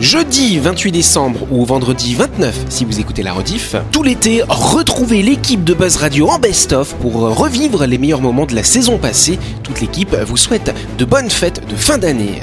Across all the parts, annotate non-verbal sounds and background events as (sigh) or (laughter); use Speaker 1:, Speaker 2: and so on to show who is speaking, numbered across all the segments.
Speaker 1: jeudi 28 décembre ou vendredi 29 si vous écoutez la rediff. Tout l'été, retrouvez l'équipe de Buzz Radio en best-of pour euh, revivre les meilleurs moments de la saison passée. Toute l'équipe vous souhaite de bonnes fêtes de fin d'année.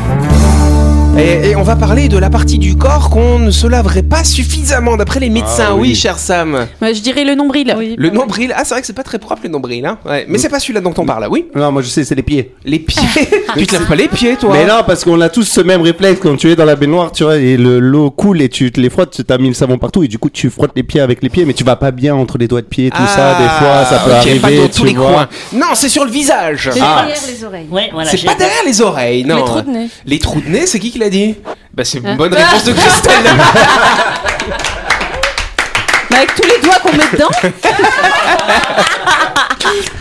Speaker 1: Et, et on va parler de la partie du corps qu'on ne se laverait pas suffisamment d'après les médecins.
Speaker 2: Ah
Speaker 1: oui.
Speaker 2: oui.
Speaker 1: cher Sam.
Speaker 3: Ouais, je dirais le nombril.
Speaker 1: Le nombril, ah c'est vrai que c'est pas très propre le nombril, hein. Ouais. Mais c'est pas celui-là dont on parle, là, oui.
Speaker 2: Non, moi je sais, c'est les pieds.
Speaker 1: Les pieds.
Speaker 2: (laughs)
Speaker 1: tu te laves pas les pieds, toi.
Speaker 2: Mais non, parce qu'on a tous ce même réflexe quand tu es dans la baignoire, tu vois, et le- l'eau coule et tu te les frottes, tu as mis le savon partout et du coup tu frottes les pieds avec les pieds, mais tu vas pas bien entre les doigts de pied, tout ça, des fois ça peut
Speaker 1: Ah, ok,
Speaker 2: arriver.
Speaker 1: Pas dans tous
Speaker 2: tu
Speaker 1: les
Speaker 2: vois.
Speaker 1: coins. Non, c'est sur le visage.
Speaker 2: Ah.
Speaker 4: derrière les oreilles.
Speaker 5: Ouais, voilà,
Speaker 1: c'est
Speaker 5: j'ai-
Speaker 1: pas derrière les oreilles, non.
Speaker 3: Les trous de nez. Ah.
Speaker 1: Les trous de nez, c'est qui qui l'a dit Bah c'est une bonne réponse de Christelle.
Speaker 3: (laughs) Mais Bah, avec tous les doigts qu'on met dedans,
Speaker 1: (laughs)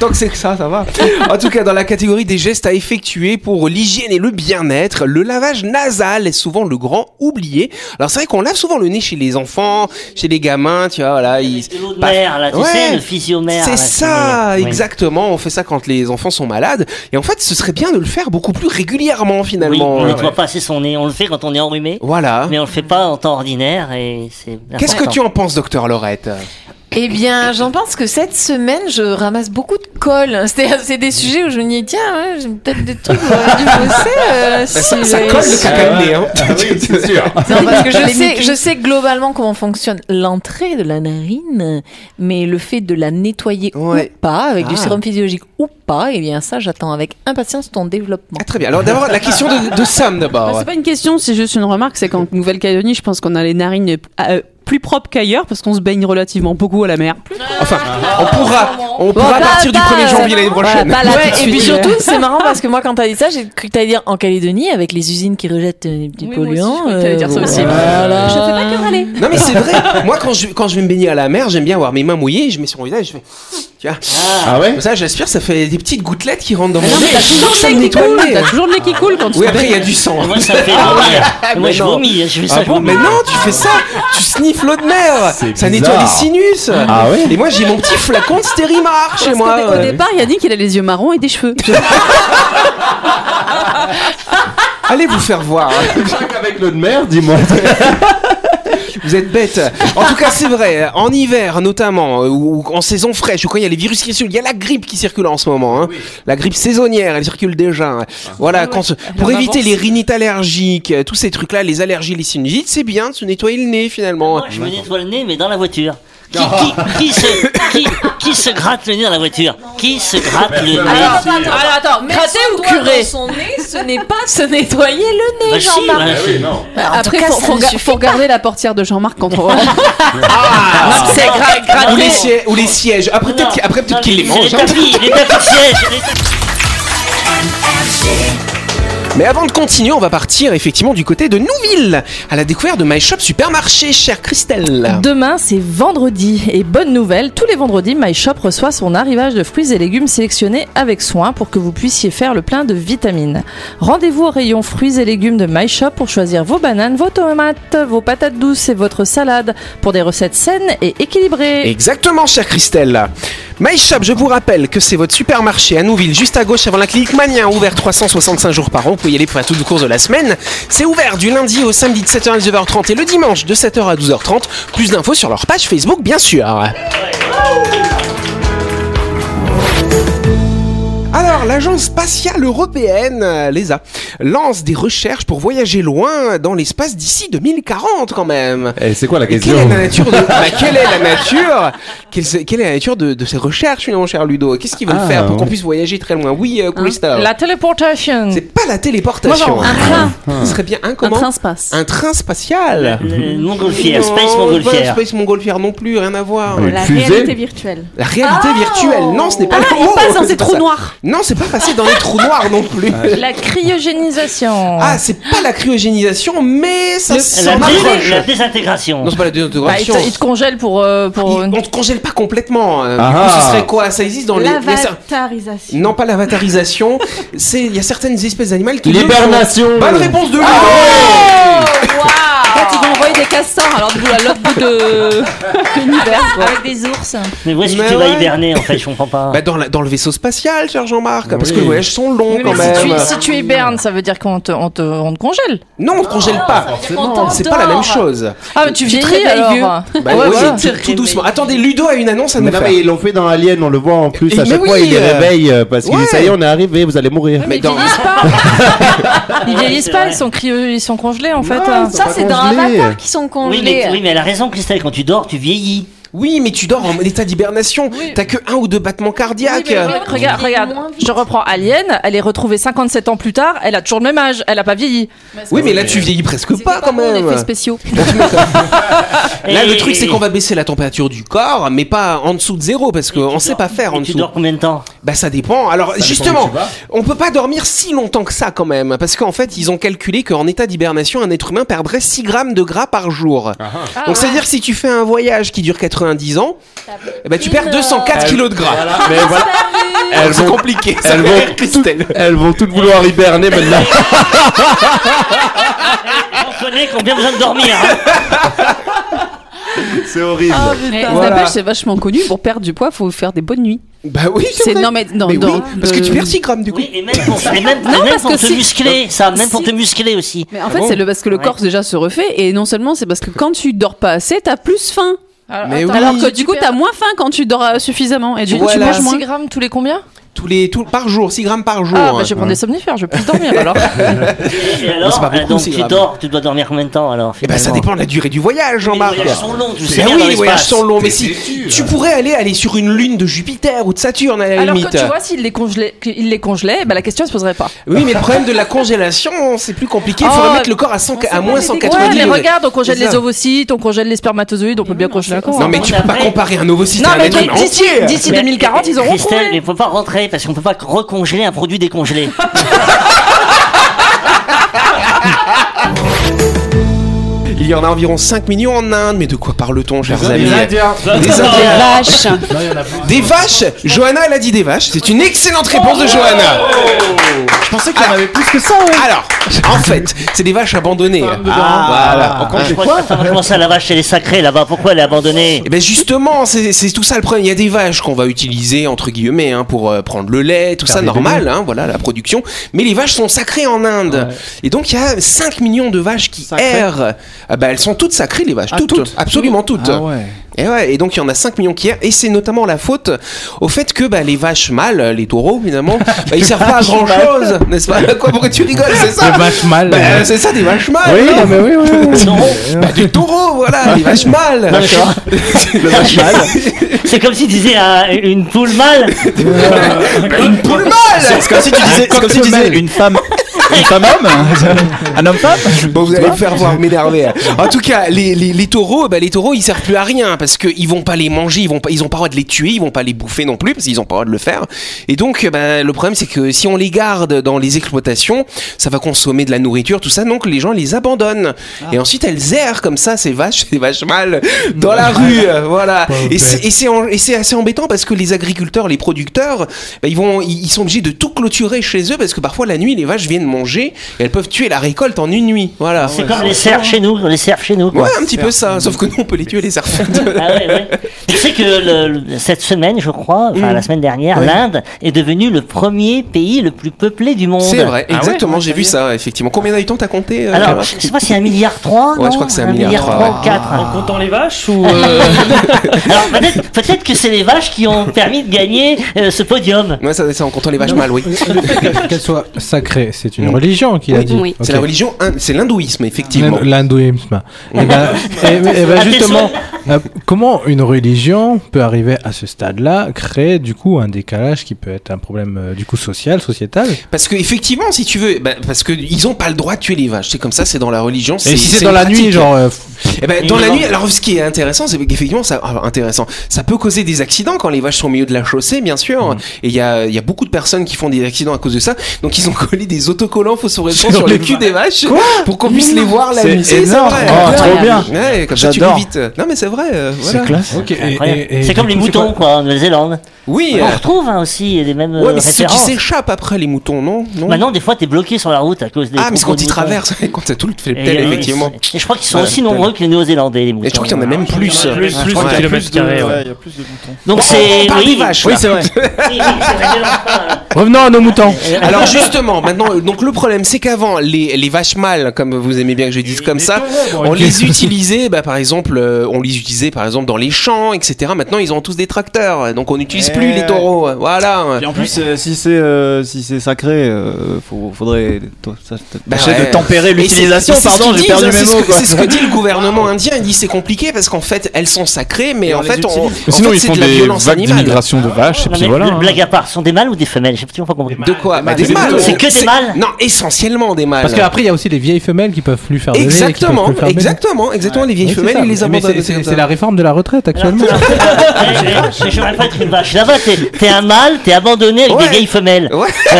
Speaker 1: Tant que c'est que ça, ça va. En tout cas, dans la catégorie des gestes à effectuer pour l'hygiène et le bien-être, le lavage nasal est souvent le grand oublié. Alors c'est vrai qu'on lave souvent le nez chez les enfants, chez les gamins, tu vois, voilà. Ils...
Speaker 5: C'est l'eau de
Speaker 1: paf.
Speaker 5: mer, là, tu
Speaker 1: Ouais.
Speaker 5: sais, le fissionnaire.
Speaker 1: C'est
Speaker 5: là,
Speaker 1: ça,
Speaker 5: oui.
Speaker 1: exactement. On fait ça quand les enfants sont malades. Et en fait, ce serait bien de le faire beaucoup plus régulièrement,
Speaker 5: Oui,
Speaker 1: finalement.
Speaker 5: on ne nettoie pas assez son nez, on le fait quand on est enrhumé,
Speaker 1: Voilà.
Speaker 5: mais on le fait pas en temps ordinaire et c'est.
Speaker 1: Qu'est-ce que
Speaker 5: important.
Speaker 1: tu en penses, docteur Laurette
Speaker 4: Eh bien, j'en pense que cette semaine, je ramasse beaucoup de colle. (laughs) C'est c'est des sujets où je me dis, tiens, ouais, j'ai peut-être des trucs où j'aurais dû bosser. euh, si
Speaker 1: ça, ça
Speaker 4: j'ai-
Speaker 1: colle le caca au nez, hein.
Speaker 2: Ah oui, c'est sûr.
Speaker 4: (laughs) Non, parce
Speaker 1: (laughs)
Speaker 4: que je sais, je sais globalement comment fonctionne l'entrée de la narine, mais le fait de la nettoyer
Speaker 1: Ouais.
Speaker 4: ou pas, avec du
Speaker 1: Ah.
Speaker 4: sérum physiologique ou pas, eh bien ça, j'attends avec impatience ton développement.
Speaker 1: Ah, Très bien. Alors d'abord, la question de, de Sam
Speaker 2: Ah
Speaker 3: Bah,
Speaker 1: d'abord.
Speaker 3: c'est pas une question, c'est juste une remarque. C'est qu'en Nouvelle-Calédonie, je pense qu'on a les narines euh, plus propres qu'ailleurs parce qu'on se baigne relativement beaucoup à la mer.
Speaker 1: Enfin, on pourra, on pourra à
Speaker 4: bah,
Speaker 1: partir du
Speaker 4: bah,
Speaker 1: 1er janvier l'année
Speaker 4: Voilà,
Speaker 1: prochaine.
Speaker 4: pas bah là tout de
Speaker 3: Ouais, et
Speaker 4: suite. (laughs)
Speaker 3: puis surtout,
Speaker 4: c'est marrant parce que moi, quand t'as dit ça, j'ai cru que t'allais dire en Calédonie, avec les usines qui rejettent euh, les petits
Speaker 3: Oui, moi aussi, je croyais que t'allais dire
Speaker 4: euh,
Speaker 3: ça aussi.
Speaker 4: voilà.
Speaker 3: Je fais pas que râler.
Speaker 1: Non mais c'est vrai. Moi quand je quand je vais me baigner à la mer, j'aime bien avoir mes mains mouillées, et je mets sur mon visage, je fais tu vois.
Speaker 2: Ah ouais
Speaker 1: Comme ça, j'aspire, ça fait des petites gouttelettes qui rentrent dans mon
Speaker 3: Non,
Speaker 1: nez.
Speaker 3: mais t'as toujours
Speaker 1: Ça
Speaker 3: le
Speaker 1: me
Speaker 3: nez qui
Speaker 1: nettoie le
Speaker 3: coule.
Speaker 1: nez.
Speaker 3: T'as toujours le nez qui
Speaker 2: Ah.
Speaker 3: coule quand tu
Speaker 1: Oui,
Speaker 3: te
Speaker 1: après il y a
Speaker 3: baignes.
Speaker 1: du sang.
Speaker 5: hein. Moi,
Speaker 1: (laughs)
Speaker 5: ça me fait vomir. Moi,
Speaker 1: mais
Speaker 5: je
Speaker 1: Ah non.
Speaker 5: vomis, hein. je fais ça,
Speaker 1: Ah
Speaker 5: je
Speaker 1: bon,
Speaker 5: vomis.
Speaker 1: mais non, tu fais ça, tu sniffes l'eau de mer,
Speaker 2: C'est bizarre.
Speaker 1: ça nettoie les sinus.
Speaker 2: Ah ouais
Speaker 1: Et moi j'ai mon petit flacon de stérimar chez moi.
Speaker 2: euh,
Speaker 3: Parce qu'au dé- Au départ, Yannick, il a les yeux marrons et des cheveux.
Speaker 4: Ah,
Speaker 1: Euh, Allez vous faire voir. hein.
Speaker 2: Avec l'eau de mer, dis-moi.
Speaker 1: Vous êtes bête. En tout cas, c'est vrai. En hiver, notamment, euh, ou ou en saison fraîche, ou quand il y a les virus qui circulent, il y a la grippe qui circule en ce moment. hein. La grippe saisonnière, elle circule déjà.
Speaker 2: Ah.
Speaker 1: Voilà, quand ce- pour
Speaker 4: en
Speaker 1: éviter
Speaker 4: avance.
Speaker 1: les rhinites allergiques, euh, tous ces trucs-là, les allergies, les sinusites, c'est bien de se nettoyer le nez finalement.
Speaker 5: Moi, je me nettoie le nez, mais dans la voiture. Qui, qui, qui, se, qui, qui se gratte le nez dans la voiture Qui se gratte le nez
Speaker 4: attends, attends, attends, attends, gratter ou curer son nez, ce
Speaker 3: (laughs)
Speaker 4: n'est pas se nettoyer le
Speaker 5: Bah,
Speaker 4: nez,
Speaker 5: si,
Speaker 4: Jean-Marc.
Speaker 5: bah, si.
Speaker 3: Après,
Speaker 4: tout cas,
Speaker 3: faut,
Speaker 4: ça
Speaker 3: faut
Speaker 4: ne
Speaker 3: ga-
Speaker 4: suffit
Speaker 3: faut regarder la portière de Jean-Marc quand
Speaker 4: (laughs)
Speaker 3: on rentre.
Speaker 4: C'est grave,
Speaker 1: Ah. Ou les,
Speaker 4: gratter.
Speaker 1: siè- ou les sièges. Après, peut-être
Speaker 5: Non,
Speaker 1: qu'il- après, peut-être
Speaker 5: non,
Speaker 1: qu'il les
Speaker 5: c'est
Speaker 1: mange.
Speaker 5: Les
Speaker 1: hein.
Speaker 5: tapis, les tapis de siège, les
Speaker 1: (laughs)
Speaker 5: tapis-
Speaker 1: Mais avant de continuer, on va partir effectivement du côté de Nouville, à la découverte de My Shop Supermarché, chère Christelle.
Speaker 6: Demain, c'est vendredi. Et bonne nouvelle, tous les vendredis, My Shop reçoit son arrivage de fruits et légumes sélectionnés avec soin pour que vous puissiez faire le plein de vitamines. Rendez-vous au rayon fruits et légumes de My Shop pour choisir vos bananes, vos tomates, vos patates douces et votre salade pour des recettes saines et équilibrées.
Speaker 1: Exactement, chère Christelle. My Shop, je vous rappelle que c'est votre supermarché à Nouville, juste à gauche avant la clinique Mania, ouvert 365 jours par an. Vous pouvez y aller pour la toute vos courses de la semaine. C'est ouvert du lundi au samedi de 7h à 19h30 et le dimanche de 7h à 12h30. Plus d'infos sur leur page Facebook, bien sûr. Alors, l'Agence spatiale européenne, euh, l'ESA, lance des recherches pour voyager loin dans l'espace d'ici 2040 quand même.
Speaker 2: Et c'est quoi la
Speaker 1: Et
Speaker 2: question
Speaker 1: quelle est la nature de (laughs) bah, quelle est la nature quelle, quelle est la nature de, de ces recherches finalement cher Ludo Qu'est-ce qu'ils veulent
Speaker 2: Ah,
Speaker 1: faire pour qu'on
Speaker 2: oui.
Speaker 1: puisse voyager très loin Oui, euh, Christophe.
Speaker 6: La téléportation.
Speaker 1: C'est pas la téléportation.
Speaker 6: Hein,
Speaker 1: Ah.
Speaker 6: Moi, genre, un train.
Speaker 1: Ce serait bien un
Speaker 3: Un
Speaker 1: comment
Speaker 3: train se passe.
Speaker 1: Un train spatial.
Speaker 5: le- le Euh, Montgolfière, Space
Speaker 1: Non,
Speaker 5: Montgolfière.
Speaker 1: pas Space Montgolfière non plus, rien à voir.
Speaker 2: Une
Speaker 7: La
Speaker 2: fusée
Speaker 7: réalité virtuelle.
Speaker 1: La réalité virtuelle, non, ce n'est pas.
Speaker 6: Ah, il
Speaker 1: Oh,
Speaker 6: passe dans
Speaker 1: c'est
Speaker 6: ces
Speaker 1: pas
Speaker 6: trous
Speaker 1: ça.
Speaker 6: noirs.
Speaker 1: Non, c'est pas passé dans les trous noirs non plus.
Speaker 6: La cryogénisation.
Speaker 1: Ah, c'est pas la cryogénisation, mais ça
Speaker 5: La,
Speaker 1: s'en
Speaker 5: dés-
Speaker 1: approche.
Speaker 5: la désintégration.
Speaker 1: Non, c'est pas la
Speaker 6: Bah, il,
Speaker 1: dénaturation.
Speaker 6: te, il te congèle pour. euh, pour...
Speaker 1: Il- on te congèle pas complètement. euh,
Speaker 2: Ah
Speaker 1: du coup, ce
Speaker 2: ah.
Speaker 1: serait quoi Ça existe dans les. il y a cer-
Speaker 7: L'avatarisation.
Speaker 1: Non, pas l'avatarisation. c'est il y a certaines espèces d'animaux qui.
Speaker 2: L'hibernation.
Speaker 1: Bonne réponse de Ludo.
Speaker 3: Quand ils vont envoyer des castors alors de l'autre bout de
Speaker 1: (laughs)
Speaker 3: l'univers.
Speaker 6: Avec des ours.
Speaker 5: Mais où est-ce que
Speaker 1: Mais
Speaker 5: tu vas
Speaker 1: ouais.
Speaker 5: hiberner en fait Je comprends pas.
Speaker 1: Bah, dans, la- dans le vaisseau spatial, cher Jean-Marc, parce que
Speaker 2: Oui.
Speaker 1: les voyages sont longs
Speaker 6: Mais
Speaker 1: quand
Speaker 6: si,
Speaker 1: même.
Speaker 6: tu, si tu hibernes, ça veut dire qu'on te, on te, on te congèle.
Speaker 1: Non, on te congèle pas. C'est pas la même chose.
Speaker 6: Ah, mais tu
Speaker 3: Tu te
Speaker 6: vieillis
Speaker 3: réveilles
Speaker 6: alors.
Speaker 3: vieux.
Speaker 1: Bah,
Speaker 6: Ouais,
Speaker 1: oui,
Speaker 6: voilà.
Speaker 1: tout, tout doucement. Attendez, Ludo a une annonce à
Speaker 2: Mais
Speaker 1: nous
Speaker 2: non,
Speaker 1: faire.
Speaker 2: mais ils l'ont fait dans Alien, on le voit en plus.
Speaker 1: Et-
Speaker 2: à chaque
Speaker 1: mais
Speaker 2: fois,
Speaker 1: oui,
Speaker 2: ils les
Speaker 1: euh,
Speaker 2: réveillent euh, parce qu'ils
Speaker 1: ouais.
Speaker 2: disent Ça y est, on est arrivé, vous allez mourir.
Speaker 1: Mais
Speaker 6: Mais
Speaker 1: dans-
Speaker 6: Ils vieillissent pas.
Speaker 5: Ouais,
Speaker 6: (laughs) Ils vieillissent
Speaker 5: c'est
Speaker 6: pas,
Speaker 5: vrai.
Speaker 6: ils sont, cryo- ils sont congelés en fait.
Speaker 2: Non,
Speaker 6: euh.
Speaker 2: ils sont
Speaker 4: Ça,
Speaker 2: pas
Speaker 4: c'est dans
Speaker 2: congelés.
Speaker 3: hein,
Speaker 4: Avatar qui sont
Speaker 5: Oui mais, oui,
Speaker 4: congelés.
Speaker 5: mais elle a raison, Christelle. Quand tu dors, tu vieillis.
Speaker 1: Oui, mais tu dors en état d'hibernation. T'as que un ou deux battements cardiaques.
Speaker 4: Oui, mais oui.
Speaker 6: Regarde,
Speaker 4: Ils
Speaker 6: regarde,
Speaker 4: vivent moins vite.
Speaker 6: je reprends Alien, elle est retrouvée 57 ans plus tard, elle a toujours le même âge, elle a pas vieilli.
Speaker 1: Oui, mais là, tu vieillis presque pas quand même.
Speaker 3: effets spéciaux.
Speaker 1: Là, le
Speaker 5: Et-
Speaker 1: truc, c'est qu'on va baisser la température du corps, mais pas en dessous de zéro, parce
Speaker 5: Et
Speaker 1: qu'on
Speaker 5: tu
Speaker 1: sait
Speaker 5: dors-
Speaker 1: pas faire
Speaker 5: et
Speaker 1: en
Speaker 5: Tu
Speaker 1: dessous.
Speaker 5: dors combien de temps
Speaker 1: Bah, ça dépend. Alors, justement, on peut pas dormir si longtemps que ça, quand même. Parce qu'en fait, ils ont calculé qu'en état d'hibernation, un être humain perdrait 6 grammes de gras par jour. Donc, c'est-à-dire que si tu fais un voyage qui dure 90 ans, eh ben, tu perds 204 kilos de gras.
Speaker 2: (laughs) Mais voilà. Elles
Speaker 1: C'est
Speaker 2: vont,
Speaker 1: compliqué. Ça
Speaker 2: elles,
Speaker 1: fait
Speaker 2: vont
Speaker 1: rire Christelle.
Speaker 2: toutes- elles vont toutes vouloir hiberner maintenant.
Speaker 5: Ah, On connaît qu'on a bien besoin de dormir.
Speaker 1: (laughs)
Speaker 5: hein.
Speaker 2: (laughs) C'est horrible.
Speaker 3: (laughs)
Speaker 7: Ah.
Speaker 3: Mais
Speaker 1: Voilà.
Speaker 3: La pêche, c'est vachement connu. Pour perdre du poids, faut faire des bonnes nuits.
Speaker 1: Bah oui,
Speaker 3: C'est
Speaker 1: vrai.
Speaker 3: non mais non
Speaker 1: Mais oui,
Speaker 3: dans- euh,
Speaker 1: parce que tu
Speaker 3: le-
Speaker 1: perds 6 grammes, du coup.
Speaker 5: Oui, et même pour, et même, et
Speaker 3: Non,
Speaker 5: même
Speaker 3: parce
Speaker 5: pour
Speaker 3: que
Speaker 5: te
Speaker 3: si-
Speaker 5: muscler, ça, même pour
Speaker 3: si-
Speaker 5: te muscler aussi.
Speaker 3: Mais en
Speaker 1: Ah
Speaker 3: fait, c'est le parce que le
Speaker 5: Ouais.
Speaker 3: corps déjà se refait et non seulement c'est parce que quand tu dors pas assez, t'as plus faim.
Speaker 1: Mais oui.
Speaker 3: Alors que du coup, t'as moins faim quand tu dors euh, suffisamment et du coup,
Speaker 1: Voilà.
Speaker 3: tu manges
Speaker 6: 6
Speaker 3: moins.
Speaker 6: grammes tous les combien
Speaker 1: Tous les, tout, par jour, 6 grammes par jour.
Speaker 6: Ah, bah je vais prendre des somnifères, je vais plus dormir
Speaker 1: (laughs)
Speaker 6: alors.
Speaker 5: Et alors,
Speaker 1: c'est pas beaucoup,
Speaker 5: euh, donc
Speaker 1: c'est
Speaker 5: tu
Speaker 1: grave.
Speaker 5: dors, tu dois dormir combien de temps alors
Speaker 1: Eh ben, ça
Speaker 5: finalement
Speaker 1: dépend de la durée du voyage, Jean-Marc.
Speaker 5: Les voyages sont longs, tu sais
Speaker 1: Ben
Speaker 5: bien
Speaker 1: oui,
Speaker 5: dans
Speaker 1: les voyages
Speaker 5: l'espace. hein.
Speaker 1: sont longs, mais si tu pourrais aller aller sur une lune de Jupiter ou de Saturne à la
Speaker 6: Alors
Speaker 1: limite.
Speaker 6: que tu vois, s'il les congelait, qu'il les congelait, bah, la question se poserait pas.
Speaker 1: Oui, mais le problème de la congélation, c'est plus compliqué. Il faudrait
Speaker 6: Oh,
Speaker 1: mettre le corps à, 100 à moins
Speaker 6: Ouais,
Speaker 1: 190
Speaker 6: mais
Speaker 1: degrés.
Speaker 6: regarde, on congèle
Speaker 1: C'est ça.
Speaker 6: les ovocytes, on congèle les spermatozoïdes, on peut bien congeler un corps.
Speaker 1: Non, mais
Speaker 5: Bon,
Speaker 1: tu peux pas
Speaker 5: après-
Speaker 1: comparer un ovocyte
Speaker 6: Non,
Speaker 1: à un
Speaker 6: mais
Speaker 1: être humain.
Speaker 6: d'ici
Speaker 1: entier.
Speaker 6: d'ici
Speaker 5: Mais-
Speaker 6: 2040, ils auront
Speaker 5: Christelle, mais
Speaker 6: trouvé.
Speaker 5: faut pas rentrer parce qu'on peut pas recongeler un produit décongelé.
Speaker 3: (laughs)
Speaker 1: Il y en a environ 5 millions en Inde, mais de quoi parle-t-on, chers amis
Speaker 6: Oh,
Speaker 1: Des
Speaker 3: Des
Speaker 1: Indiens.
Speaker 3: vaches.
Speaker 1: (laughs) Des vaches Johanna, elle a dit des vaches. C'est une excellente réponse de Johanna. Ah.
Speaker 2: Je pensais qu'il y en avait plus que ça, ouais.
Speaker 1: Alors, en fait, c'est des vaches abandonnées.
Speaker 2: Ah, voilà.
Speaker 5: Je crois que ça va commencer à la vache, elle est sacrée là-bas. Pourquoi elle est abandonnée
Speaker 1: (laughs) Et ben justement, c'est c'est tout ça le problème. Il y a des vaches qu'on va utiliser entre guillemets hein, pour euh, prendre le lait, tout ça
Speaker 2: des
Speaker 1: normal, hein, voilà la production. Mais les vaches sont sacrées en Inde. Et donc il y a 5 millions de vaches qui
Speaker 2: Sacrées.
Speaker 1: errent. Ah bah, elles sont toutes sacrées les vaches,
Speaker 2: Ah,
Speaker 1: toutes,
Speaker 2: toutes
Speaker 1: absolument toutes.
Speaker 2: Ah ouais.
Speaker 1: Et, ouais, et donc il y en a 5 millions qui errent. Et c'est notamment la faute au fait que bah, les vaches mâles, les taureaux
Speaker 2: (laughs)
Speaker 1: évidemment, bah, ils servent pas à grand chose, n'est-ce pas Quoi Pourquoi tu rigoles C'est
Speaker 2: (laughs)
Speaker 7: Ah.
Speaker 1: ça
Speaker 8: vache mal.
Speaker 1: Bah, C'est ça des vaches mâles.
Speaker 2: Oui,
Speaker 1: non
Speaker 2: non, mais oui, oui. oui.
Speaker 8: (laughs)
Speaker 1: Bah, des taureaux, voilà, des vaches mâles. (laughs)
Speaker 2: Le vache mal.
Speaker 5: C'est comme si tu disais à une poule mâle.
Speaker 1: Une poule mâle
Speaker 8: C'est comme si tu disais, c'est comme si tu disais une femme. Une femme homme Un homme femme
Speaker 1: Bon, vous allez me faire voir m'énerver. En tout cas, les, les, les taureaux, bah, les taureaux, ils servent plus à rien parce qu'ils vont pas les manger, ils vont pas, ils ont pas le droit de les tuer, ils vont pas les bouffer non plus parce qu'ils ont pas le droit de le faire. Et donc, bah, le problème, c'est que si on les garde dans les exploitations, ça va consommer de la nourriture, tout ça, donc les gens les abandonnent.
Speaker 8: Ah.
Speaker 1: Et ensuite, elles errent comme ça, ces vaches, (laughs) ces vaches mâles, dans la rue, euh, voilà. Et c'est- et c'est en- et c'est assez embêtant parce que les agriculteurs, les producteurs, bah, ils vont, ils ils sont obligés de tout clôturer chez eux parce que parfois la nuit, les vaches viennent manger et elles peuvent tuer la récolte en une nuit, voilà.
Speaker 8: Ah
Speaker 5: C'est comme les
Speaker 8: hein.
Speaker 5: cerfs chez nous, les cerfs chez nous. quoi.
Speaker 1: Ouais, un petit peu ça, sauf que nous on peut les tuer
Speaker 7: (laughs)
Speaker 1: les serpents.
Speaker 5: (laughs) Ah ouais, ouais. Tu sais que le- le- cette semaine, je crois,
Speaker 1: Mm.
Speaker 5: enfin la semaine dernière, l'Inde est devenue le premier pays le plus peuplé du monde.
Speaker 1: C'est
Speaker 7: Ah
Speaker 1: vrai, exactement, j'ai vu ça, effectivement. Combien d'habitants t'as compté euh,
Speaker 5: Alors,
Speaker 1: Carole
Speaker 5: je sais pas si c'est un milliard trois,
Speaker 1: Ouais,
Speaker 5: non
Speaker 1: je crois que c'est un
Speaker 5: un
Speaker 1: milliard
Speaker 5: milliard
Speaker 1: trois,
Speaker 5: trois
Speaker 1: ouais.
Speaker 5: ou quatre.
Speaker 8: En comptant les vaches ou. euh,
Speaker 5: (laughs) Alors peut-être, peut-être que c'est les vaches qui ont permis de gagner euh, ce podium.
Speaker 1: Ouais, ça, c'est en comptant les vaches mâles, oui.
Speaker 8: Le fait que- qu'elle soit sacrée, c'est une
Speaker 1: Mm.
Speaker 8: religion qu'il a dit.
Speaker 7: Oui.
Speaker 1: C'est la religion, hin- c'est l'hindouisme, hein, effectivement.
Speaker 7: Eh
Speaker 8: L'hindouisme. Et ben- et- et ben,
Speaker 5: Ah, t'es
Speaker 8: justement,
Speaker 5: sûr
Speaker 7: Euh, comment une religion peut arriver à ce stade-là, créer du coup un décalage qui peut être un problème euh, du coup social, sociétal
Speaker 1: Parce que effectivement, si tu veux, bah, parce que ils ont pas le droit de tuer les vaches. C'est comme ça, c'est dans la religion.
Speaker 7: Et si c'est
Speaker 1: une
Speaker 7: dans la nuit,
Speaker 1: pratique.
Speaker 7: genre. euh,
Speaker 1: Eh ben, dans
Speaker 5: Une
Speaker 1: la
Speaker 5: lampe.
Speaker 1: nuit, alors ce qui est intéressant, c'est qu'effectivement, ça, alors, intéressant, ça peut causer des accidents quand les vaches sont au milieu de la chaussée, bien sûr. Et il y a, il y a beaucoup de personnes qui font des accidents à cause de ça. Donc ils ont (laughs) collé des autocollants phosphorescents
Speaker 7: Sur
Speaker 1: sur le
Speaker 7: les
Speaker 1: cul des vaches pour qu'on puisse les voir la
Speaker 8: C'est
Speaker 1: nuit. Si,
Speaker 8: énorme.
Speaker 1: vrai.
Speaker 8: Oh, trop bien.
Speaker 1: Ouais, comme ça tu
Speaker 8: J'adore.
Speaker 1: évites. Non mais c'est vrai. euh, Ah, voilà.
Speaker 8: C'est classe.
Speaker 7: ok, et-
Speaker 5: Incroyable.
Speaker 7: et- et
Speaker 5: C'est
Speaker 7: du
Speaker 5: comme les
Speaker 7: coup, c'est
Speaker 5: moutons, quoi, en Nouvelle-Zélande.
Speaker 1: Oui.
Speaker 5: On
Speaker 1: euh,
Speaker 5: retrouve hein, aussi les mêmes
Speaker 1: ouais,
Speaker 5: euh, Bah
Speaker 1: mais c'est ceux qui
Speaker 5: références.
Speaker 1: s'échappent après les moutons, non, non
Speaker 5: Maintenant, des fois, t'es bloqué sur la route à cause des.
Speaker 1: Ah mais c'est
Speaker 5: concours
Speaker 1: quand
Speaker 5: de
Speaker 1: ils
Speaker 5: moutons.
Speaker 1: traversent, quand t'as tout le
Speaker 5: Et
Speaker 1: tel
Speaker 5: il y en a-
Speaker 1: effectivement.
Speaker 5: et je crois qu'ils sont
Speaker 1: Ouais,
Speaker 5: aussi nombreux que les Néo-Zélandais, les moutons.
Speaker 1: Et je crois qu'il y en a même plus.
Speaker 9: Plus,
Speaker 1: Ouais.
Speaker 9: plus
Speaker 1: Ouais.
Speaker 9: de kilomètres
Speaker 8: plus de-
Speaker 9: carrés. ouais.
Speaker 8: ouais, il y a plus de boutons.
Speaker 5: Donc c'est.
Speaker 1: Oh, On parle
Speaker 5: oui,
Speaker 1: des vaches.
Speaker 8: Oui,
Speaker 1: là.
Speaker 8: c'est vrai.
Speaker 5: oui, oui, c'est vrai, mélange pas, là.
Speaker 7: Revenons à nos moutons.
Speaker 1: Alors justement, maintenant, euh, donc le problème, c'est qu'avant, les, les vaches mâles, comme vous aimez bien que je dise comme ça, on les utilisait, bah, par exemple, euh, on les utilisait par exemple dans les champs, etc. Maintenant, ils ont tous des tracteurs, donc on n'utilise
Speaker 8: Eh
Speaker 1: plus les
Speaker 8: ouais.
Speaker 1: taureaux. Voilà.
Speaker 8: Et en plus, euh, si c'est euh, si c'est sacré, euh, faut- faudrait toi, ça, t-
Speaker 1: Bah
Speaker 8: tâcher
Speaker 1: ouais.
Speaker 8: de tempérer
Speaker 1: Et
Speaker 8: l'utilisation.
Speaker 1: c'est- c'est ce
Speaker 8: Pardon,
Speaker 1: qu'ils
Speaker 8: j'ai perdu
Speaker 1: disent, hein,
Speaker 8: mes
Speaker 1: c'est ce
Speaker 8: mots.
Speaker 1: que-
Speaker 8: quoi.
Speaker 1: C'est ce que dit le gouvernement indien. Il dit c'est compliqué parce qu'en fait elles sont sacrées, mais
Speaker 8: Et
Speaker 1: en
Speaker 8: on
Speaker 1: fait
Speaker 8: les
Speaker 1: on.
Speaker 8: utilise.
Speaker 1: en
Speaker 9: Sinon,
Speaker 1: fait,
Speaker 9: ils
Speaker 1: c'est
Speaker 9: font
Speaker 1: de la
Speaker 9: des
Speaker 1: violence
Speaker 9: vagues
Speaker 1: animale.
Speaker 9: d'immigration de vaches, et
Speaker 5: Non,
Speaker 9: puis
Speaker 5: mais
Speaker 9: voilà.
Speaker 2: hein.
Speaker 9: hein.
Speaker 5: le- Blague à part, sont des mâles ou des femelles J'ai absolument pas compris.
Speaker 1: De
Speaker 5: (laughs)
Speaker 1: quoi Bah,
Speaker 8: Des
Speaker 1: Des mâles.
Speaker 8: mâles.
Speaker 5: C'est que des mâles
Speaker 1: Non, essentiellement des mâles.
Speaker 7: Parce qu'après, il y a aussi les vieilles femelles qui peuvent lui faire des
Speaker 1: Exactement, exactement, exactement. Les vieilles femelles, ils les abandonnent.
Speaker 7: C'est c'est la réforme de la retraite
Speaker 5: Alors,
Speaker 7: actuellement.
Speaker 5: je je voudrais Eh, pas être une vache. Là-bas, t'es t'es un mâle, t'es abandonné avec
Speaker 1: Ouais.
Speaker 5: des vieilles femelles.
Speaker 1: Ouais.
Speaker 5: Euh,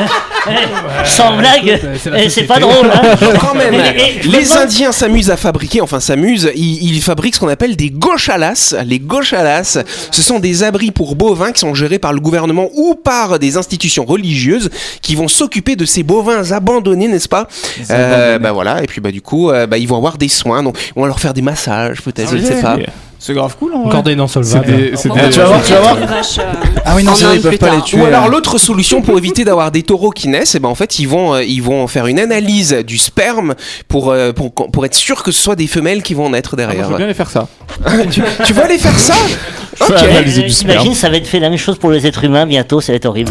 Speaker 5: (laughs) sans blague,
Speaker 7: écoute, c'est la
Speaker 5: euh, c'est
Speaker 7: société.
Speaker 5: pas drôle. hein.
Speaker 1: Quand même,
Speaker 5: Et- et je me
Speaker 1: les
Speaker 5: demande-
Speaker 1: Indiens s'amusent à fabriquer, enfin s'amusent, ils, ils fabriquent ce qu'on appelle des gauchalas. Les gauchalas, ce sont des abris pour bovins qui sont gérés par le gouvernement ou par des institutions religieuses qui vont s'occuper de ces bovins abandonnés, n'est-ce pas Euh, Bah voilà, et puis bah du coup, euh, bah, ils vont avoir des soins, donc on va leur faire des massages peut-être, je ne sais pas.
Speaker 8: C'est grave cool. en vrai.
Speaker 7: Encore des non
Speaker 9: C'est
Speaker 7: solvables.
Speaker 9: des. c'est
Speaker 8: Ah,
Speaker 9: des-
Speaker 8: tu vas voir, tu vas voir.
Speaker 9: Ouais,
Speaker 8: Ah oui,
Speaker 1: En
Speaker 8: non, c'est vrai,
Speaker 1: Inde
Speaker 8: ils peuvent
Speaker 1: plus
Speaker 8: pas
Speaker 1: tard.
Speaker 8: les tuer.
Speaker 1: Ou alors
Speaker 8: hein.
Speaker 1: l'autre solution pour éviter d'avoir des taureaux qui naissent, eh ben en fait ils vont euh, ils vont faire une analyse du sperme pour euh, pour pour être sûr que ce soit des femelles qui vont en naître
Speaker 8: Ah, moi,
Speaker 1: derrière.
Speaker 8: Je veux bien les faire ça.
Speaker 1: (laughs) tu, tu vas aller faire ça Ok.
Speaker 8: Faire analyser
Speaker 5: Euh,
Speaker 8: du sperme.
Speaker 5: Imagine, ça va être fait la même chose pour les êtres humains bientôt, ça va être horrible.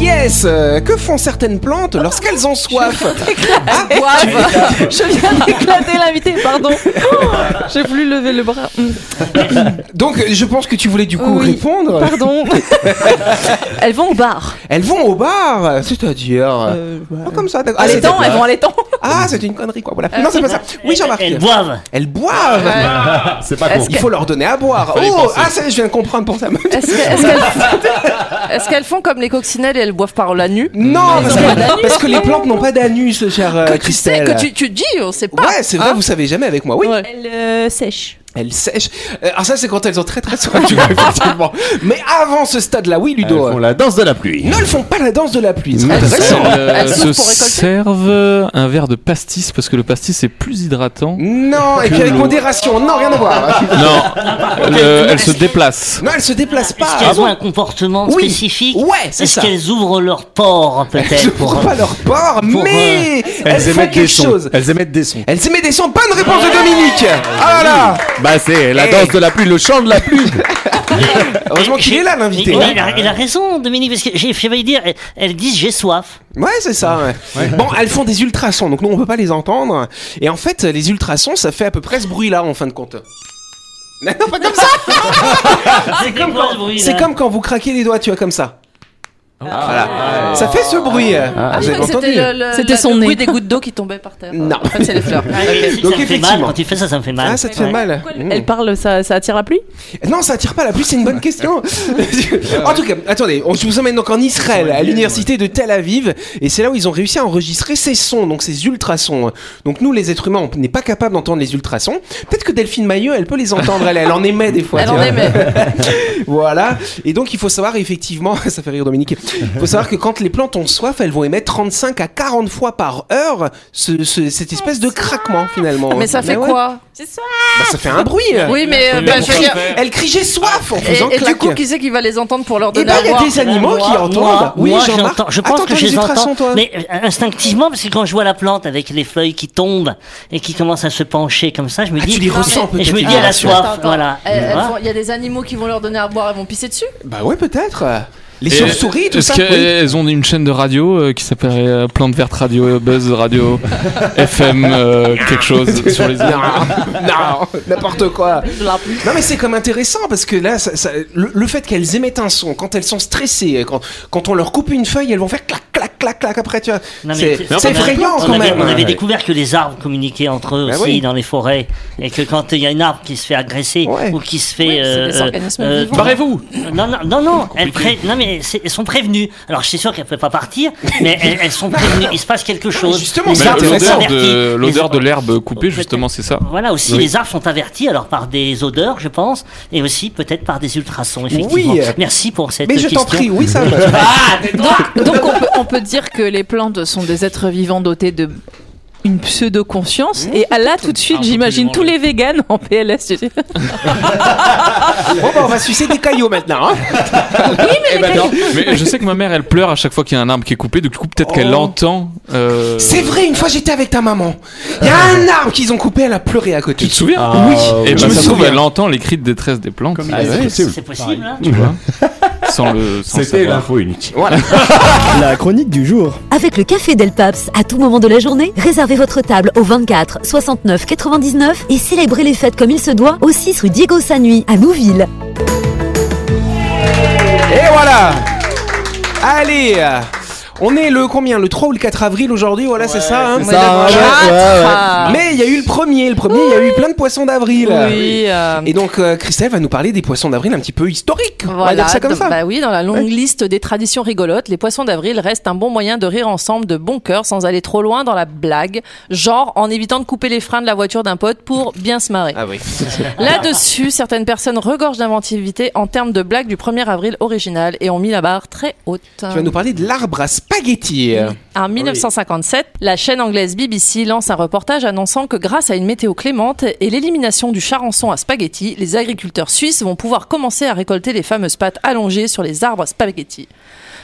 Speaker 1: Yes euh, Que font certaines plantes lorsqu'elles ont soif
Speaker 3: (laughs) Je viens d'éclater l'invité, pardon. (laughs) J'ai voulu lever le bras.
Speaker 1: (laughs) Donc euh, je pense que tu voulais du coup
Speaker 3: Oui.
Speaker 1: répondre.
Speaker 3: Pardon. (laughs) Elles vont au bar.
Speaker 1: Elles vont au bar, c'est-à-dire.
Speaker 3: Euh,
Speaker 1: Ah, comme ça, d'accord.
Speaker 3: À
Speaker 1: Ah, c'est-
Speaker 3: l'étang, elles vont à l'étang.
Speaker 1: Ah, c'est une connerie quoi. Voilà. Non, c'est pas ça. Oui, Jean-Marc.
Speaker 5: Elles boivent.
Speaker 1: Elles boivent.
Speaker 2: C'est pas
Speaker 6: Est-ce
Speaker 2: con.
Speaker 1: Il faut leur donner à boire.
Speaker 2: Fallait
Speaker 1: Oh,
Speaker 2: penser.
Speaker 1: ah ça, y est, je viens de comprendre pour ça.
Speaker 6: Est-ce que- est-ce qu'elles est-ce qu'elles font comme les coccinelles et elles boivent par la nu
Speaker 1: Non, parce
Speaker 6: ont pas
Speaker 1: que,
Speaker 6: d'anus.
Speaker 1: parce que les plantes n'ont pas d'anus, chère euh,
Speaker 6: Que tu sais,
Speaker 1: Christelle.
Speaker 6: que tu, tu dis, on sait pas.
Speaker 1: Ouais, c'est vrai, vous savez jamais avec moi. Oui,
Speaker 6: Ouais.
Speaker 3: Elles euh, sèchent.
Speaker 1: elles sèchent. Euh, Alors ça, c'est quand elles ont très très soif, tu vois,
Speaker 6: (laughs)
Speaker 1: effectivement. Mais avant ce stade-là, oui,
Speaker 2: Elles
Speaker 1: Ludo.
Speaker 2: font la danse de la pluie.
Speaker 1: Ne le font pas la danse de la pluie. C'est
Speaker 9: Elles euh,
Speaker 1: intéressant.
Speaker 6: Elles
Speaker 9: se
Speaker 6: s'ouvrent pour récolter.
Speaker 9: servent un verre de pastis parce que le pastis est plus hydratant. Ah,
Speaker 1: Non, et puis avec modération. Non, rien à voir.
Speaker 9: Non, le- elles se déplacent.
Speaker 1: Non, elles se déplacent pas.
Speaker 5: Est-ce qu'elles ont un comportement
Speaker 1: Oui.
Speaker 5: spécifique
Speaker 1: Ouais, c'est
Speaker 5: Est-ce
Speaker 1: ça.
Speaker 5: qu'elles ouvrent leurs pores
Speaker 1: Elles
Speaker 5: peut-être pour
Speaker 1: n'ouvrent pas leur port,
Speaker 5: pour,
Speaker 1: mais
Speaker 9: euh,
Speaker 1: elles font
Speaker 2: émettent
Speaker 1: quelque
Speaker 2: des sons.
Speaker 1: chose.
Speaker 2: Elles émettent des sons.
Speaker 1: Elles émettent des sons. Bonne réponse de Dominique. Ah là
Speaker 2: Bah, c'est la
Speaker 1: Eh.
Speaker 2: danse de la pluie, le chant de la pluie.
Speaker 1: là. Heureusement
Speaker 5: Eh,
Speaker 1: qu'il est là, l'invité. hein.
Speaker 5: Oui, il, a, il a raison, Dominique, parce que j'ai j'ai failli dire, elles, elles disent j'ai soif.
Speaker 1: Ouais, c'est ça. ouais. Bon, elles font des ultrasons, donc nous on peut pas les entendre. Et en fait, les ultrasons, ça fait à peu près ce bruit-là en fin de compte. (laughs) Non, pas comme ça.
Speaker 5: Ah, C'est comme ce bruit.
Speaker 1: C'est comme quand vous craquez les doigts, tu vois, comme
Speaker 5: Ah.
Speaker 1: ça. Voilà. Ça fait ce bruit.
Speaker 6: Ah,
Speaker 1: vous
Speaker 6: je croyais
Speaker 1: avez
Speaker 6: que
Speaker 1: entendu
Speaker 6: c'était le- le-
Speaker 3: C'était
Speaker 6: le
Speaker 3: son
Speaker 6: bruit
Speaker 3: nez.
Speaker 6: des gouttes d'eau qui tombaient par terre.
Speaker 1: Non.
Speaker 6: En fait, c'est les fleurs.
Speaker 1: Donc,
Speaker 5: Donc Ah, ça me fait mal,
Speaker 1: effectivement.
Speaker 5: quand tu fais ça, ça me fait mal.
Speaker 1: Ah, ça te fait
Speaker 5: Ouais.
Speaker 1: mal.
Speaker 3: Pourquoi
Speaker 1: Mm.
Speaker 3: Elles parlent, ça, ça attire la pluie
Speaker 1: Non, ça attire pas la pluie, c'est une bonne question. en tout cas, attendez, on, je vous emmène donc en Israël, à l'université de Tel Aviv, et c'est là où ils ont réussi à enregistrer ces sons, donc ces ultrasons. Donc nous, les êtres humains, on n'est pas capable d'entendre les ultrasons. Peut-être que Delphine Maillot, elle peut les entendre, elle, elle en émet des fois.
Speaker 6: Elle
Speaker 1: tu
Speaker 6: en
Speaker 1: vois.
Speaker 6: aimait.
Speaker 1: Voilà. Et donc il faut savoir effectivement, (laughs) ça fait rire Dominique. Il faut savoir que quand les plantes ont soif, elles vont émettre 35 à 40 fois par heure ce- ce- cette espèce de craquement finalement.
Speaker 6: Mais ça fait
Speaker 1: ouais.
Speaker 6: quoi
Speaker 1: Bah, Ça fait un bruit.
Speaker 6: Oui, mais, euh, bah, je veux dire-
Speaker 1: Elle crie j'ai soif en faisant
Speaker 6: Et, et du
Speaker 1: claque.
Speaker 6: coup, qui c'est qui va les entendre pour leur
Speaker 1: Eh
Speaker 6: donner
Speaker 1: ben,
Speaker 6: à
Speaker 1: il y a
Speaker 6: boire
Speaker 1: des animaux qui
Speaker 6: Moi,
Speaker 1: entendent.
Speaker 6: moi.
Speaker 1: Oui,
Speaker 5: moi,
Speaker 1: Jean-Marc.
Speaker 5: j'entends. Je pense
Speaker 1: Attends,
Speaker 5: que
Speaker 1: t'as
Speaker 5: je
Speaker 1: les
Speaker 5: les
Speaker 1: ultrasons,
Speaker 5: entends.
Speaker 1: toi.
Speaker 5: Mais euh, instinctivement, parce que quand je vois la plante avec les feuilles qui tombent et qui commencent à se pencher comme ça, je me dis.
Speaker 1: Ah, tu les ressens
Speaker 5: Et
Speaker 1: peut-être,
Speaker 5: je me dis,
Speaker 1: les
Speaker 5: elle a
Speaker 1: vibrations.
Speaker 5: soif.
Speaker 1: Attends, attends.
Speaker 5: Voilà.
Speaker 6: Elles- elles
Speaker 5: Voilà.
Speaker 6: font- Il y a des animaux qui vont leur donner à boire, elles vont pisser dessus
Speaker 1: Bah ouais, peut-être. Les
Speaker 9: Et
Speaker 1: chauves-souris, tout
Speaker 9: Est-ce
Speaker 1: ça. oui.
Speaker 9: qu'elles ont une chaîne de radio euh, qui s'appelle euh, Plante Verte Radio, euh,
Speaker 8: (laughs)
Speaker 9: Buzz Radio, FM, euh, quelque chose sur les
Speaker 1: Non,
Speaker 9: ondes
Speaker 1: (laughs) non, n'importe quoi. Non mais c'est comme intéressant parce que là, ça- ça- le, le fait qu'elles émettent un son, quand elles sont stressées, euh, quand, quand on leur coupe une feuille, elles vont faire clac, clac, clac, clac. Après, tu vois,
Speaker 5: Non, mais
Speaker 1: c'est
Speaker 5: tu-
Speaker 1: c'est
Speaker 5: on avait-
Speaker 1: effrayant
Speaker 5: on
Speaker 1: quand
Speaker 5: avait-
Speaker 1: même.
Speaker 5: On avait
Speaker 1: Ouais.
Speaker 5: découvert que les arbres communiquaient entre eux
Speaker 1: Bah
Speaker 5: aussi
Speaker 1: oui.
Speaker 5: dans les forêts et que quand il y a un arbre qui se fait agresser ou qui se fait. euh,
Speaker 6: des organismes vivants.
Speaker 9: Barrez-vous
Speaker 5: Non, non, non, non, elles, pré- non mais c'est- elles sont prévenues. Alors je suis sûr qu'elles ne peuvent pas partir, mais elles, elles sont prévenues. Il se passe quelque chose.
Speaker 9: Mais euh,
Speaker 5: Les arbres sont
Speaker 9: L'odeur
Speaker 5: avertis.
Speaker 9: de-
Speaker 5: Les-
Speaker 9: l'odeur de l'herbe
Speaker 8: Oh,
Speaker 9: coupée, justement, c'est ça
Speaker 5: Voilà, aussi
Speaker 9: Oui.
Speaker 5: les arbres sont avertis, alors par des odeurs, je pense, et aussi peut-être par des ultrasons, effectivement.
Speaker 1: Oui.
Speaker 5: Merci pour cette
Speaker 1: Mais je
Speaker 5: question.
Speaker 1: t'en prie, oui, ça va.
Speaker 5: (laughs)
Speaker 3: Donc, donc on, peut, on peut dire que les plantes sont des êtres vivants dotés de une pseudo-conscience.
Speaker 1: Mmh.
Speaker 3: Et à là, tout de suite, j'imagine tous les véganes en PLS.
Speaker 1: (laughs) Eh Bon, bah, on va sucer des cailloux maintenant. hein.
Speaker 9: Eh ben non. Mais je sais que ma mère, elle pleure à chaque fois qu'il y a un arbre qui est coupé, donc du coup,
Speaker 8: Oh.
Speaker 9: peut-être qu'elle entend. euh,
Speaker 1: C'est vrai, une fois j'étais avec ta maman. Il y a un arbre qu'ils ont coupé, elle a pleuré à côté.
Speaker 9: Tu te souviens
Speaker 1: Ah, Oui.
Speaker 9: Et ben,
Speaker 2: bah,
Speaker 1: je me
Speaker 9: ça se trouve,
Speaker 1: souviens.
Speaker 9: elle entend les cris de détresse des plantes.
Speaker 5: Ah ouais, c'est possible, hein
Speaker 9: Tu vois Sans le. sans
Speaker 2: C'était
Speaker 9: savoir.
Speaker 2: l'info unique.
Speaker 10: La chronique du jour.
Speaker 11: Avec le café Del Paps, à tout moment de la journée, réservez votre table au 24 69 99 et célébrez les fêtes comme il se doit au 6 rue Diego Sanui à Nouville.
Speaker 1: Et voilà Allez on est le combien Le 3 ou le 4 avril aujourd'hui, voilà, c'est ça. hein
Speaker 2: c'est ça, ouais, ouais, ouais, ouais.
Speaker 1: Mais il y a eu le premier, le premier, il y a eu plein de poissons d'avril.
Speaker 6: Oui, euh,
Speaker 1: Et donc euh, Christelle va nous parler des poissons d'avril un petit peu historiques. on va
Speaker 6: Voilà,
Speaker 1: dire ça comme
Speaker 6: donc,
Speaker 1: ça.
Speaker 6: Bah oui, dans la longue liste des traditions rigolotes, les poissons d'avril restent un bon moyen de rire ensemble de bon cœur sans aller trop loin dans la blague, genre en évitant de couper les freins de la voiture d'un pote pour bien se marrer.
Speaker 1: Ah oui.
Speaker 6: Là-dessus, certaines personnes regorgent d'inventivité en termes de blagues du 1er avril original et ont mis la barre très haute.
Speaker 1: Tu vas nous parler de l'arbre à spaghetti.
Speaker 6: En 1957, la chaîne anglaise BBC lance un reportage annonçant que grâce à une météo clémente et l'élimination du charançon à spaghetti, les agriculteurs suisses vont pouvoir commencer à récolter les fameuses pâtes allongées sur les arbres à spaghetti.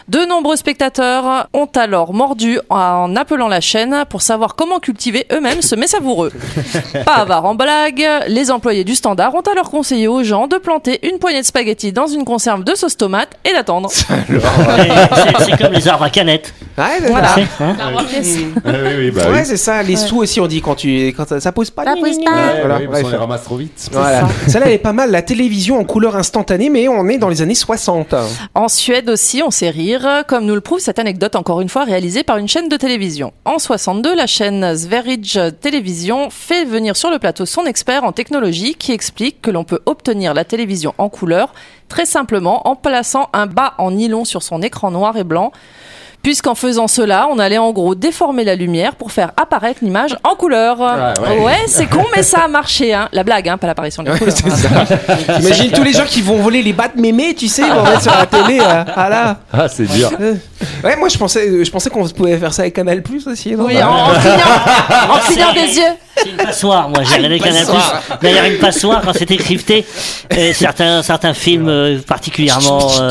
Speaker 6: De nombreux spectateurs ont alors mordu en appelant la chaîne pour savoir comment cultiver eux-mêmes ce mets savoureux. Pas avare en blague, les employés du standard ont alors conseillé aux gens de planter une poignée de spaghetti dans une conserve de sauce tomate et d'attendre.
Speaker 5: C'est c'est comme les arbres à canettes. hein.
Speaker 1: Ouais, bah,
Speaker 6: Voilà.
Speaker 1: c'est-
Speaker 2: oui, oui, bah
Speaker 1: ouais,
Speaker 2: oui.
Speaker 1: c'est ça. Les sous aussi, on dit quand tu, quand ça, ça pose pas.
Speaker 6: Ça pose pas.
Speaker 2: Ouais,
Speaker 1: Voilà,
Speaker 2: oui, parce
Speaker 1: bref.
Speaker 2: qu'on les ramasse trop vite.
Speaker 1: Voilà. Celle-là elle est pas mal. La télévision en couleur instantanée, mais on est dans les années 60.
Speaker 6: En Suède aussi, on sait rire, comme nous le prouve cette anecdote encore une fois réalisée par une chaîne de télévision. En 62, la chaîne Sverige Television fait venir sur le plateau son expert en technologie qui explique que l'on peut obtenir la télévision en couleur très simplement en plaçant un bas en nylon sur son écran noir et blanc. Puisqu'en faisant cela, on allait en gros déformer la lumière pour faire apparaître l'image en couleur.
Speaker 2: Ah ouais.
Speaker 6: c'est con, mais ça a marché. Hein. La blague, hein, pas l'apparition
Speaker 2: (laughs)
Speaker 6: de la couleur. (laughs)
Speaker 1: C'est ça. Imagine tous les gens qui vont voler les bats de mémé, tu sais, ils vont mettre sur la télé. euh, Ah là.
Speaker 2: Ah, c'est dur.
Speaker 1: Euh, Ouais, moi je pensais, je pensais qu'on pouvait faire ça avec Canal Plus aussi. non
Speaker 6: Oui, hein. en, en clignant- en clignant des yeux.
Speaker 5: C'est une passoire, moi, j'ai regardé Canal+.
Speaker 1: passoire.
Speaker 5: D'ailleurs, une passoire, quand c'était crypté, euh, certains, certains films euh, particulièrement... euh,
Speaker 1: (laughs)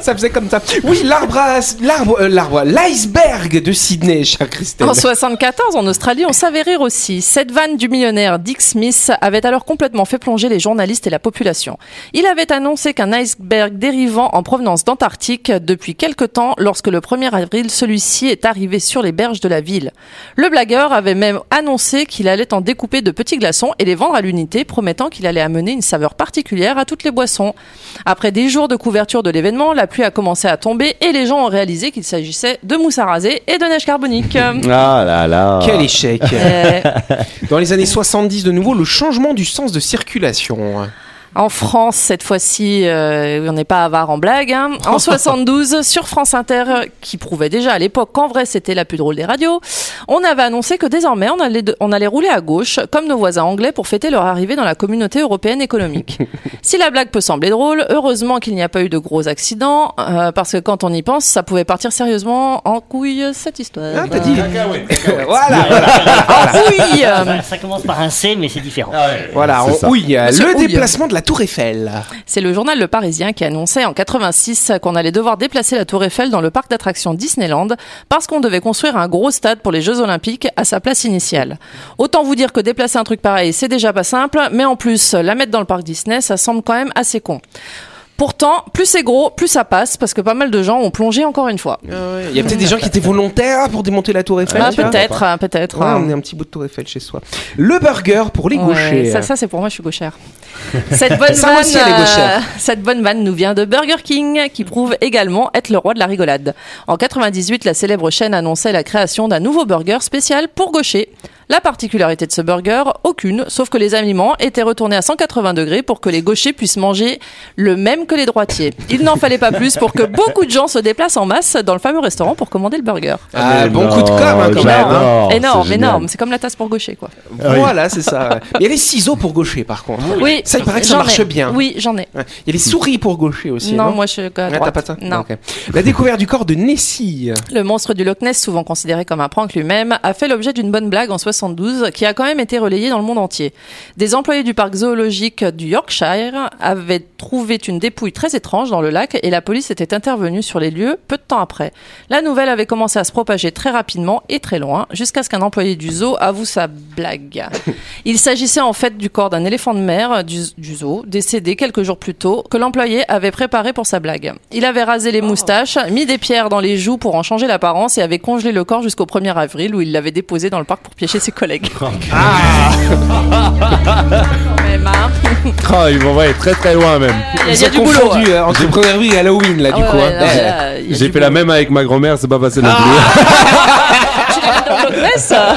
Speaker 1: ça faisait comme ça. Oui, l'arbre, à- l'arbre, euh, l'arbre, l'iceberg de Sydney, cher Christelle.
Speaker 6: En 74, en Australie, on savait rire aussi. Cette vanne du millionnaire Dick Smith avait alors complètement fait plonger les journalistes et la population. Il avait annoncé qu'un iceberg dérivant en provenance d'Antarctique depuis quelque temps, lorsque le 1er avril, celui-ci est arrivé sur les berges de la ville. Le blagueur avait même annoncé qu'il allait en découper de petits glaçons et les vendre à l'unité, promettant qu'il allait amener une saveur particulière à toutes les boissons. Après des jours de couverture de l'événement, la pluie a commencé à tomber et les gens ont réalisé qu'il s'agissait de mousse à raser et de neige carbonique.
Speaker 2: Ah là là.
Speaker 1: Mm. Quel échec
Speaker 6: Euh,
Speaker 1: Dans les années 70, de nouveau, le changement du sens de circulation. Hein,
Speaker 6: En France, cette fois-ci, euh, on n'est pas avare en blague. hein. En 72, sur France Inter, qui prouvait déjà à l'époque qu'en vrai c'était la plus drôle des radios, on avait annoncé que désormais on allait, de- on allait rouler à gauche, comme nos voisins anglais, pour fêter leur arrivée dans la communauté européenne économique. si la blague peut sembler drôle, heureusement qu'il n'y a pas eu de gros accidents, euh, parce que quand on y pense, ça pouvait partir sérieusement en couille cette histoire.
Speaker 1: Ah, Euh,
Speaker 6: Oui, euh,
Speaker 5: (laughs) Ça, ça commence par un C, mais c'est différent.
Speaker 1: Voilà,
Speaker 5: C'est
Speaker 1: on
Speaker 5: ça.
Speaker 1: houille. euh,
Speaker 6: Monsieur
Speaker 1: Le
Speaker 6: Houille.
Speaker 1: déplacement de la Tour Eiffel.
Speaker 6: C'est le journal Le Parisien qui annonçait en 86 qu'on allait devoir déplacer la Tour Eiffel dans le parc d'attractions Disneyland parce qu'on devait construire un gros stade pour les Jeux Olympiques à sa place initiale. Autant vous dire que déplacer un truc pareil, c'est déjà pas simple, mais en plus, la mettre dans le parc Disney, ça semble quand même assez con. Pourtant, plus c'est gros, plus ça passe parce que pas mal de gens ont plongé encore une fois.
Speaker 1: Il y a peut-être des gens qui étaient volontaires pour démonter la Tour Eiffel.
Speaker 6: Ah,
Speaker 1: tu vois.
Speaker 6: peut-être, hein, peut-être,
Speaker 1: Ouais,
Speaker 6: hein.
Speaker 1: on est un petit bout de Tour Eiffel chez soi. Le burger pour les
Speaker 6: Ouais,
Speaker 1: gauchers.
Speaker 6: ça, ça, c'est pour moi, je suis gauchère. (laughs) Cette bonne,
Speaker 1: hein. Ça, moi
Speaker 6: vanne,
Speaker 1: aussi, elle est gauchère.
Speaker 6: euh, cette bonne vanne nous vient de Burger King, qui prouve également être le roi de la rigolade. En 98, la célèbre chaîne annonçait la création d'un nouveau burger spécial pour gauchers. La particularité de ce burger, aucune, sauf que les aliments étaient retournés à 180 degrés pour que les gauchers puissent manger le même que les droitiers. Il n'en fallait pas plus pour que beaucoup de gens se déplacent en masse dans le fameux restaurant pour commander le burger.
Speaker 1: Ah, bon coup de com' hein, quand même. hein.
Speaker 2: j'adore,
Speaker 6: énorme,
Speaker 2: c'est
Speaker 6: énorme.
Speaker 2: génial.
Speaker 6: C'est comme la tasse pour gaucher, quoi.
Speaker 1: Voilà, c'est ça. ouais. Il y a les ciseaux pour gaucher par contre.
Speaker 6: Oui,
Speaker 1: ça il paraît que ça
Speaker 6: j'en
Speaker 1: marche
Speaker 6: ai.
Speaker 1: bien.
Speaker 6: Oui, j'en ai.
Speaker 1: Ouais. Il y a les souris pour gaucher aussi. Non,
Speaker 6: Non, moi, je suis à
Speaker 1: Ah, t'as
Speaker 6: droite.
Speaker 1: pas ça
Speaker 6: Non.
Speaker 1: Ok. La découverte du corps de Nessie.
Speaker 6: Le monstre du Loch Ness, souvent considéré comme un prank lui-même, a fait l'objet d'une bonne blague en 72 qui a quand même été relayée dans le monde entier. Des employés du parc zoologique du Yorkshire avaient trouvé une dépouille très étrange dans le lac et la police était intervenue sur les lieux peu de temps après. La nouvelle avait commencé à se propager très rapidement et très loin jusqu'à ce qu'un employé du zoo avoue sa blague. Il s'agissait en fait du corps d'un éléphant de mer du, du zoo décédé quelques jours plus tôt que l'employé avait préparé pour sa blague. Il avait rasé les moustaches, mis des pierres dans les joues pour en changer l'apparence et avait congelé le corps jusqu'au 1er avril où il l'avait déposé dans le parc pour piéger ses collègues. Même, hein.
Speaker 2: Ah, ils vont aller très très loin même.
Speaker 6: Il y a- il y a du boulot,
Speaker 1: confondu euh, entre première rue et Halloween là
Speaker 6: Ah
Speaker 1: du
Speaker 6: ouais,
Speaker 1: coup.
Speaker 6: ouais,
Speaker 1: hein.
Speaker 6: non, mais là, il y a
Speaker 2: Eh. J'ai
Speaker 6: du
Speaker 2: fait la même avec ma grand-mère, c'est pas passé
Speaker 1: Ah.
Speaker 2: non plus.
Speaker 1: (laughs)
Speaker 6: Loch Ness, euh,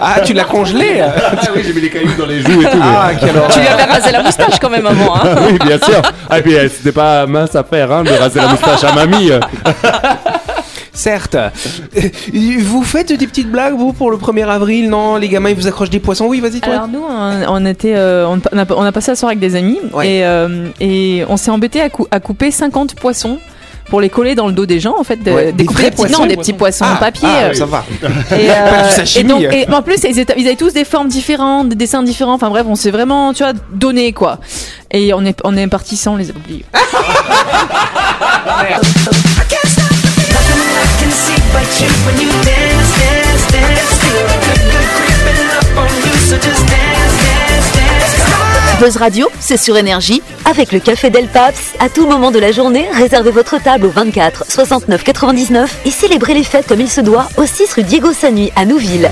Speaker 1: Ah, tu l'as congelé
Speaker 2: Ah oui, j'ai mis les cailloux dans les joues et tout.
Speaker 1: Ah,
Speaker 2: mais- (laughs)
Speaker 1: quelle horreur.
Speaker 6: Tu lui avais rasé la moustache quand même avant. hein.
Speaker 2: Ah oui, bien sûr. Ah, et puis euh, c'était pas mince à faire hein, de raser la moustache à mamie.
Speaker 1: Certes. Vous faites des petites blagues vous pour le 1er avril Non, les gamins ils vous accrochent des poissons. Oui, vas-y toi.
Speaker 12: Alors nous, on, on était, euh, on, on a, on a passé la soirée avec des amis et, euh, et on s'est embêté à, cou- à couper 50 poissons pour les coller dans le dos des gens en fait, de-
Speaker 1: Ouais, des
Speaker 12: découper
Speaker 1: vrais
Speaker 12: des petits,
Speaker 1: poissons.
Speaker 12: non, des petits poissons en papier.
Speaker 1: Ah,
Speaker 12: euh,
Speaker 1: ça va.
Speaker 12: et,
Speaker 1: (laughs) Pas du
Speaker 12: euh, et
Speaker 1: sashimi.
Speaker 12: donc- et en plus, ils, étaient- ils avaient tous des formes différentes, des dessins différents. Enfin bref, on s'est vraiment, tu vois, donné quoi. Et on est, on est parti sans, on les a oubliés.
Speaker 13: Buzz Radio, c'est sur Énergie.
Speaker 11: Avec le café Del Paps, à tout moment de la journée, réservez votre table au 24 69 99 et célébrez les fêtes comme il se doit au 6 rue Diego Sanui à Nouville.